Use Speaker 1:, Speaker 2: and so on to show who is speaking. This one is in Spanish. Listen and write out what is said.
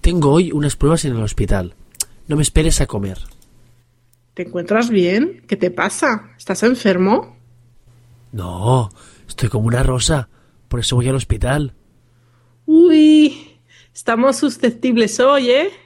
Speaker 1: Tengo hoy unas pruebas en el hospital. No me esperes a comer.
Speaker 2: ¿Te encuentras bien? ¿Qué te pasa? ¿Estás enfermo?
Speaker 1: No, estoy como una rosa. Por eso voy al hospital.
Speaker 2: Uy, estamos susceptibles hoy, ¿eh?